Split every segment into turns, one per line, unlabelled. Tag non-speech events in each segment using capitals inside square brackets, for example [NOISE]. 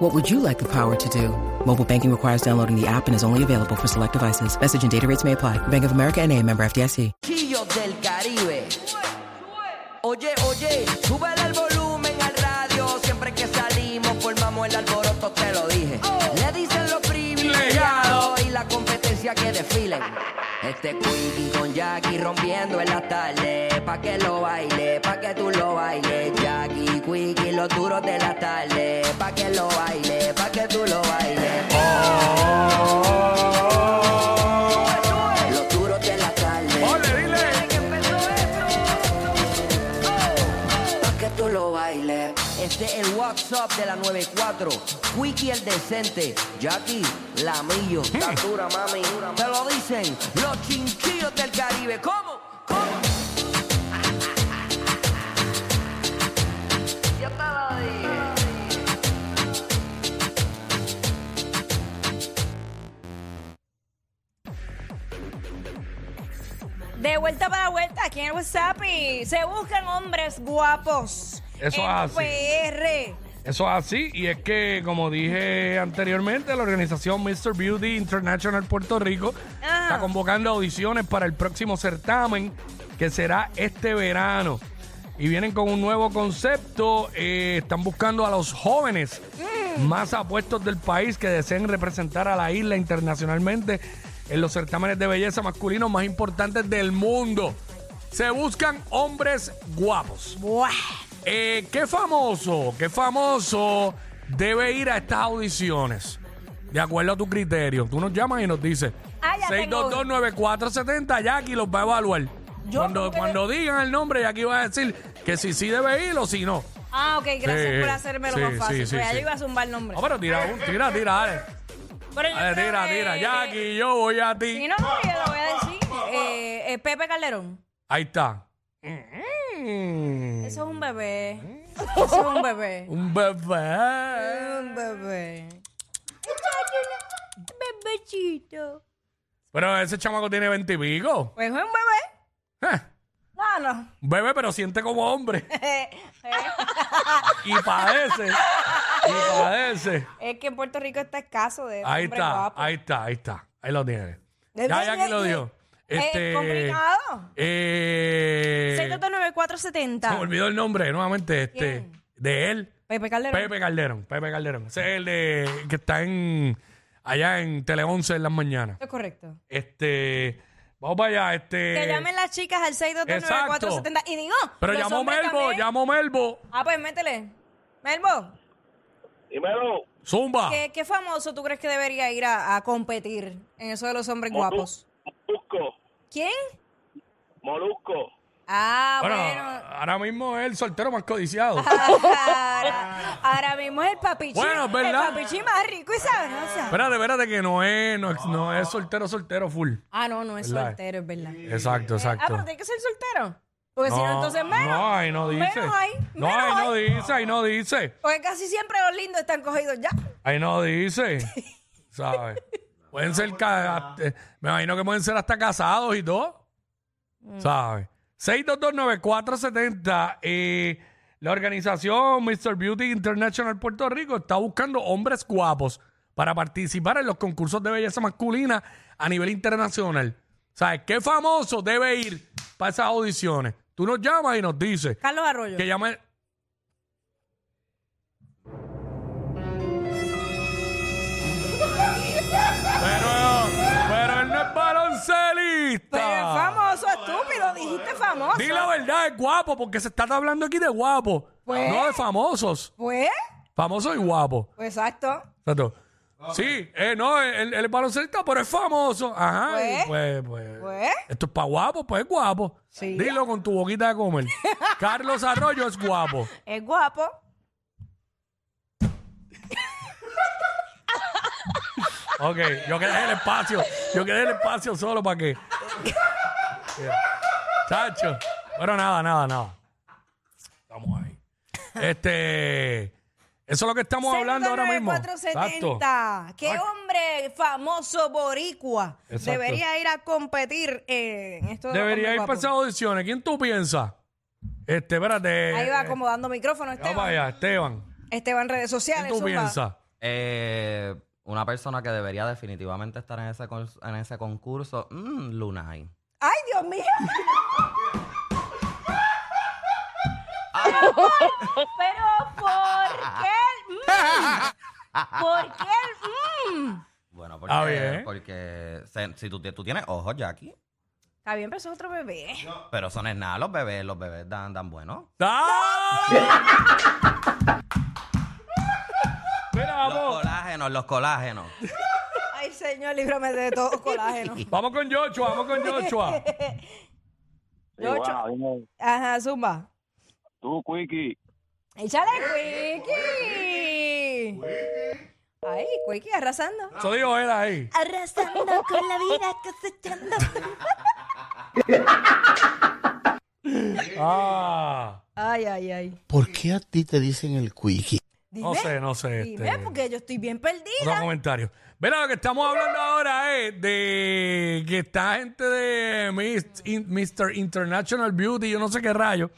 What would you like the power to do? Mobile banking requires downloading the app and is only available for select devices. Message and data rates may apply. Bank of America and a member FDIC.
Chillos del Caribe. Oye, oye, súbele el volumen al radio. Siempre que salimos formamos el alboroto, te lo dije. Le dicen los privilegiados y la competencia que desfilen. Este Quickie con Jackie rompiendo en la tarde. Pa' que lo baile, pa' que tú lo bailes. Jackie, Quickie, los duros de la tarde. Pa' que lo baile, pa' que tú lo bailes. Los duros de la tarde. Desde que empezó esto, Pa' que tú lo bailes. Este es el WhatsApp de la 94. Quickie el decente. Jackie, Lamillo. Está dura, mami. Te lo dicen los chinchillos del Caribe. ¿Cómo? ¿Cómo? Yo te lo dije.
De vuelta para vuelta aquí en el WhatsApp y se buscan hombres guapos.
Eso
en
hace.
PR.
Eso es así, y es que, como dije anteriormente, la organización Mr. Beauty International Puerto Rico
Ah.
está convocando audiciones para el próximo certamen, que será este verano. Y vienen con un nuevo concepto, eh, están buscando a los jóvenes más apuestos del país que deseen representar a la isla internacionalmente en los certámenes de belleza masculinos más importantes del mundo. Se buscan hombres guapos.
Buah.
Eh, ¿Qué famoso, qué famoso debe ir a estas audiciones? De acuerdo a tu criterio. Tú nos llamas y nos dices
Ah, ya tengo uno.
6229470, Jackie los va a evaluar.
Yo
cuando
creo que-
cuando digan el nombre, Jackie va a decir que si sí debe ir o si no.
Ah, ok, gracias
Sí,
por hacérmelo
sí,
más fácil.
sí, sí,
porque ya
sí.
yo iba a zumbar el nombre.
No, pero tira, un- tira, tira, dale.
Pero yo
Dale,
creo
tira,
que-
tira. Jackie, yo voy a ti.
Si no, no, yo lo voy a decir. Eh, eh, Pepe Calderón.
Ahí está. Mm,
Eso es un bebé. Eso es
[LAUGHS]
un bebé.
Un bebé.
un bebé. Bebechito.
Pero ese chamaco tiene veintipico.
Pues es un bebé. No, no.
Eh,
[LAUGHS]
Un bebé, pero siente como hombre.
Eh,
y padece.
[LAUGHS]
y padece.
es que en Puerto Rico está escaso de
Ahí
hombres
está,
guapos.
ahí está, ahí está. Ahí lo tiene.
Eh,
Ya,
eh,
ya aquí lo
eh,
dio.
eh,
Este,
complicado.
Eh, se me
6229470.
olvidó el nombre nuevamente este, de él.
Pepe Calderón.
Pepe Calderón, Pepe Calderón. Ese es el de, que está en allá en Tele 11 en las mañanas.
Eso es correcto.
Este, vamos para allá, este.
que llamen las chicas al 6229470. Y digo,
pero
los
llamó
hombres
Melbo,
también.
llamó Melbo.
Ah, pues métele. Melbo,
Dímelo,
Zumba.
¿qué, qué famoso tú crees que debería ir a, a competir en eso de los hombres guapos?
Molusco,
¿Quién?
Molusco.
Ah,
Bueno,
bueno.
ahora mismo es el soltero más
[LAUGHS]
codiciado.
Ahora, ahora mismo es el papichín.
Bueno, es verdad.
El papichín más rico y sabroso.
Espérate, espérate, que no es, no, es- no es soltero, soltero, full.
Ah, no, no es
¿Verdad?
soltero, es verdad.
Exacto,
Ah, pero
exacto.
tiene que ser soltero. Porque si no, entonces menos.
No, ahí no dice.
Menos ahí.
no,
menos
ahí no
ahí.
dice, ahí no dice.
Porque casi siempre los lindos están cogidos ya.
Ahí no dice. ¿Sabes? Pueden ser. ca- eh, Me imagino que pueden ser hasta casados y todo. ¿Sabes? 6229470. Eh, la organización Mr. Beauty International Puerto Rico está buscando hombres guapos para participar en los concursos de belleza masculina a nivel internacional. ¿Sabes? ¿Qué famoso debe ir para esas audiciones? Tú nos llamas y nos dices.
Carlos Arroyo.
Que llame. Pero, pero él no es baloncelista.
Pero es Eh, famoso, estúpido. Dijiste famoso.
Di la verdad, es guapo, porque se está hablando aquí de guapo.
Pues.
No de famosos.
Pues,
Famoso y guapo.
pues exacto.
Exacto. Sí, eh, no, él, él es baloncelista, pero es famoso. Ajá. y Pues, pues.
Pues,
Esto es para guapo, pues es guapo.
Sí.
Dilo con tu boquita de
[LAUGHS]
comer. Carlos Arroyo es guapo.
es guapo.
Ok, yo quedé en el espacio. Yo quedé en el espacio solo para que. Chacho. Pero nada, nada, nada. Estamos ahí. Este. Eso es lo que estamos hablando ahora mismo.
470.
Exacto.
¿Qué
Ay,
hombre famoso boricua
Exacto.
debería ir a competir eh, en esto de los
Debería ir
hombres guapos?
pasando audiciones. ¿Quién tú piensas? Este, espérate.
Ahí va acomodando micrófono
eh, Vamos para
Esteban.
allá, Esteban.
Esteban redes
¿Quién
sociales.
tú
zumba.
piensas?
Eh, una persona que debería definitivamente estar en ese, cons- en ese concurso, mm, Lunay.
Ay, Dios mío. Pero ¿por qué el mm? ¿Por qué el mm?
Bueno,
Ah, bien.
porque, porque se- si tú, ti- tú tienes ojos, Jackie,
Está bien, pero eso es otro bebé.
pero eso no es nada, los bebés, los bebés dan, dan buenos.
¡Ah! Mira,
Los
vamos.
colágenos, los colágenos.
Ay, señor, líbrame de todo colágeno.
Vamos con Joshua, vamos con Joshua.
Sí,
Ocho.
guau, dime,
Ajá, zumba.
tú, Quickie.
Échale, Quiki. Ay, Quiki, arrasando.
Eso dijo él ahí.
Arrasando con la vida, cosechando.
Ah.
Ay, ay, ay.
¿Por qué a ti te dicen el cuiki?
Dime,
No sé, no sé.
dime,
este,
porque yo estoy bien
Otro
perdida.
comentario. Mira, lo que estamos hablando ahora es de que está gente de Miss- In- Mr. International Beauty, yo no sé qué rayo.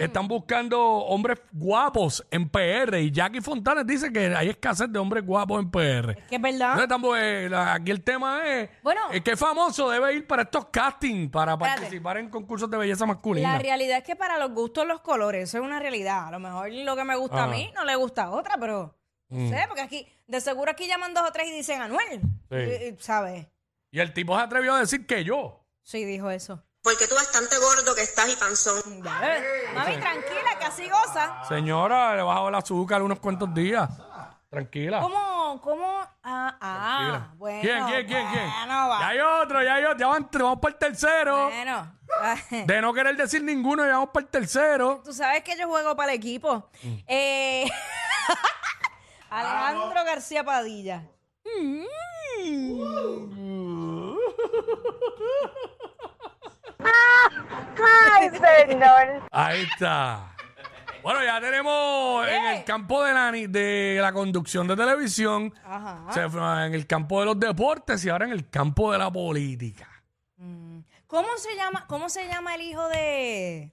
Están buscando hombres guapos en PR y Jackie Fontanes dice que hay escasez de hombres guapos en PR.
Que es
Entonces,
verdad.
estamos, eh, la- aquí el tema es
Bueno.
eh, qué famoso debe ir para estos castings para
Espérate.
participar en concursos de belleza
La
masculina.
realidad es que para los gustos los colores, eso es una realidad. A lo mejor lo que me gusta a
Ah.
mí no le gusta a otra, pero
Mm.
no sé, porque aquí, de seguro aquí llaman dos o tres y dicen Anuel.
Sí.
Y- y- ¿Sabes?
Y el tipo se atrevió a decir que yo.
Sí, dijo eso.
Porque tú bastante gordo que estás y panzón.
Ya ves. Mami, tranquila, que así goza.
Señora, le bajaba el azúcar unos cuantos días. Tranquila.
¿Cómo? ¿Cómo? Ah, ah,
Mira.
bueno.
¿Quién, quién, quién, quién?
Bueno, va.
Ya hay otro, ya hay otro. Ya van, tres, vamos para el tercero.
Bueno. [LAUGHS]
De no querer decir ninguno, ya vamos para el tercero.
Tú sabes que yo juego para el equipo.
Mm.
Eh, [LAUGHS] Alejandro García Padilla.
Ahí está. Bueno, ya tenemos en el campo de la, ni- de la conducción de televisión,
Ajá.
se fue en el campo de los deportes y ahora en el campo de la política.
¿Cómo se llama, cómo se llama el hijo de,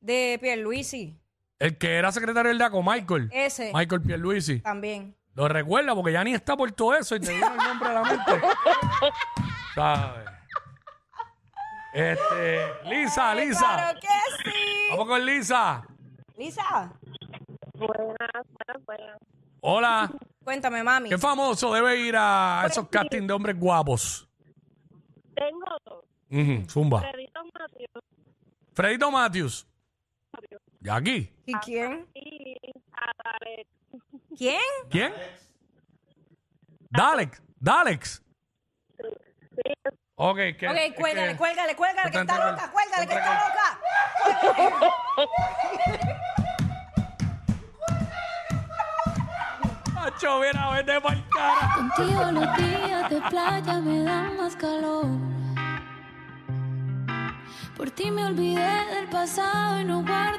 de Pierluisi?
El que era secretario del DACO, Michael.
Ese.
Michael Pierluisi.
También.
Lo recuerda porque ya ni está por todo eso y te viene el nombre a la
[LAUGHS]
mente. ¿Sabes? Este, Lisa,
Eh,
Lisa.
¡Claro que sí!
Vamos con Lisa.
Lisa,
Hola.
cuéntame, mami.
¿Qué famoso debe ir a
Pues
esos castings de hombres guapos?
Tengo dos.
Ujú, Zumba.
Fredito Matthews
Fredito Matthews. Jackie.
¿Y quién?
y Adalek.
¿Quién?
¿Quién? Dalex. Dalex. Ok, que, es
Ok,
que-
cuélgale, cuélgale, cuélgale, que
Contento
está
con-
loca, cuélgale, que
contento
está loca.
Nacho, mira, vete para el cara.
Contigo los días de playa me dan más calor. Por ti me olvidé del pasado y no guardo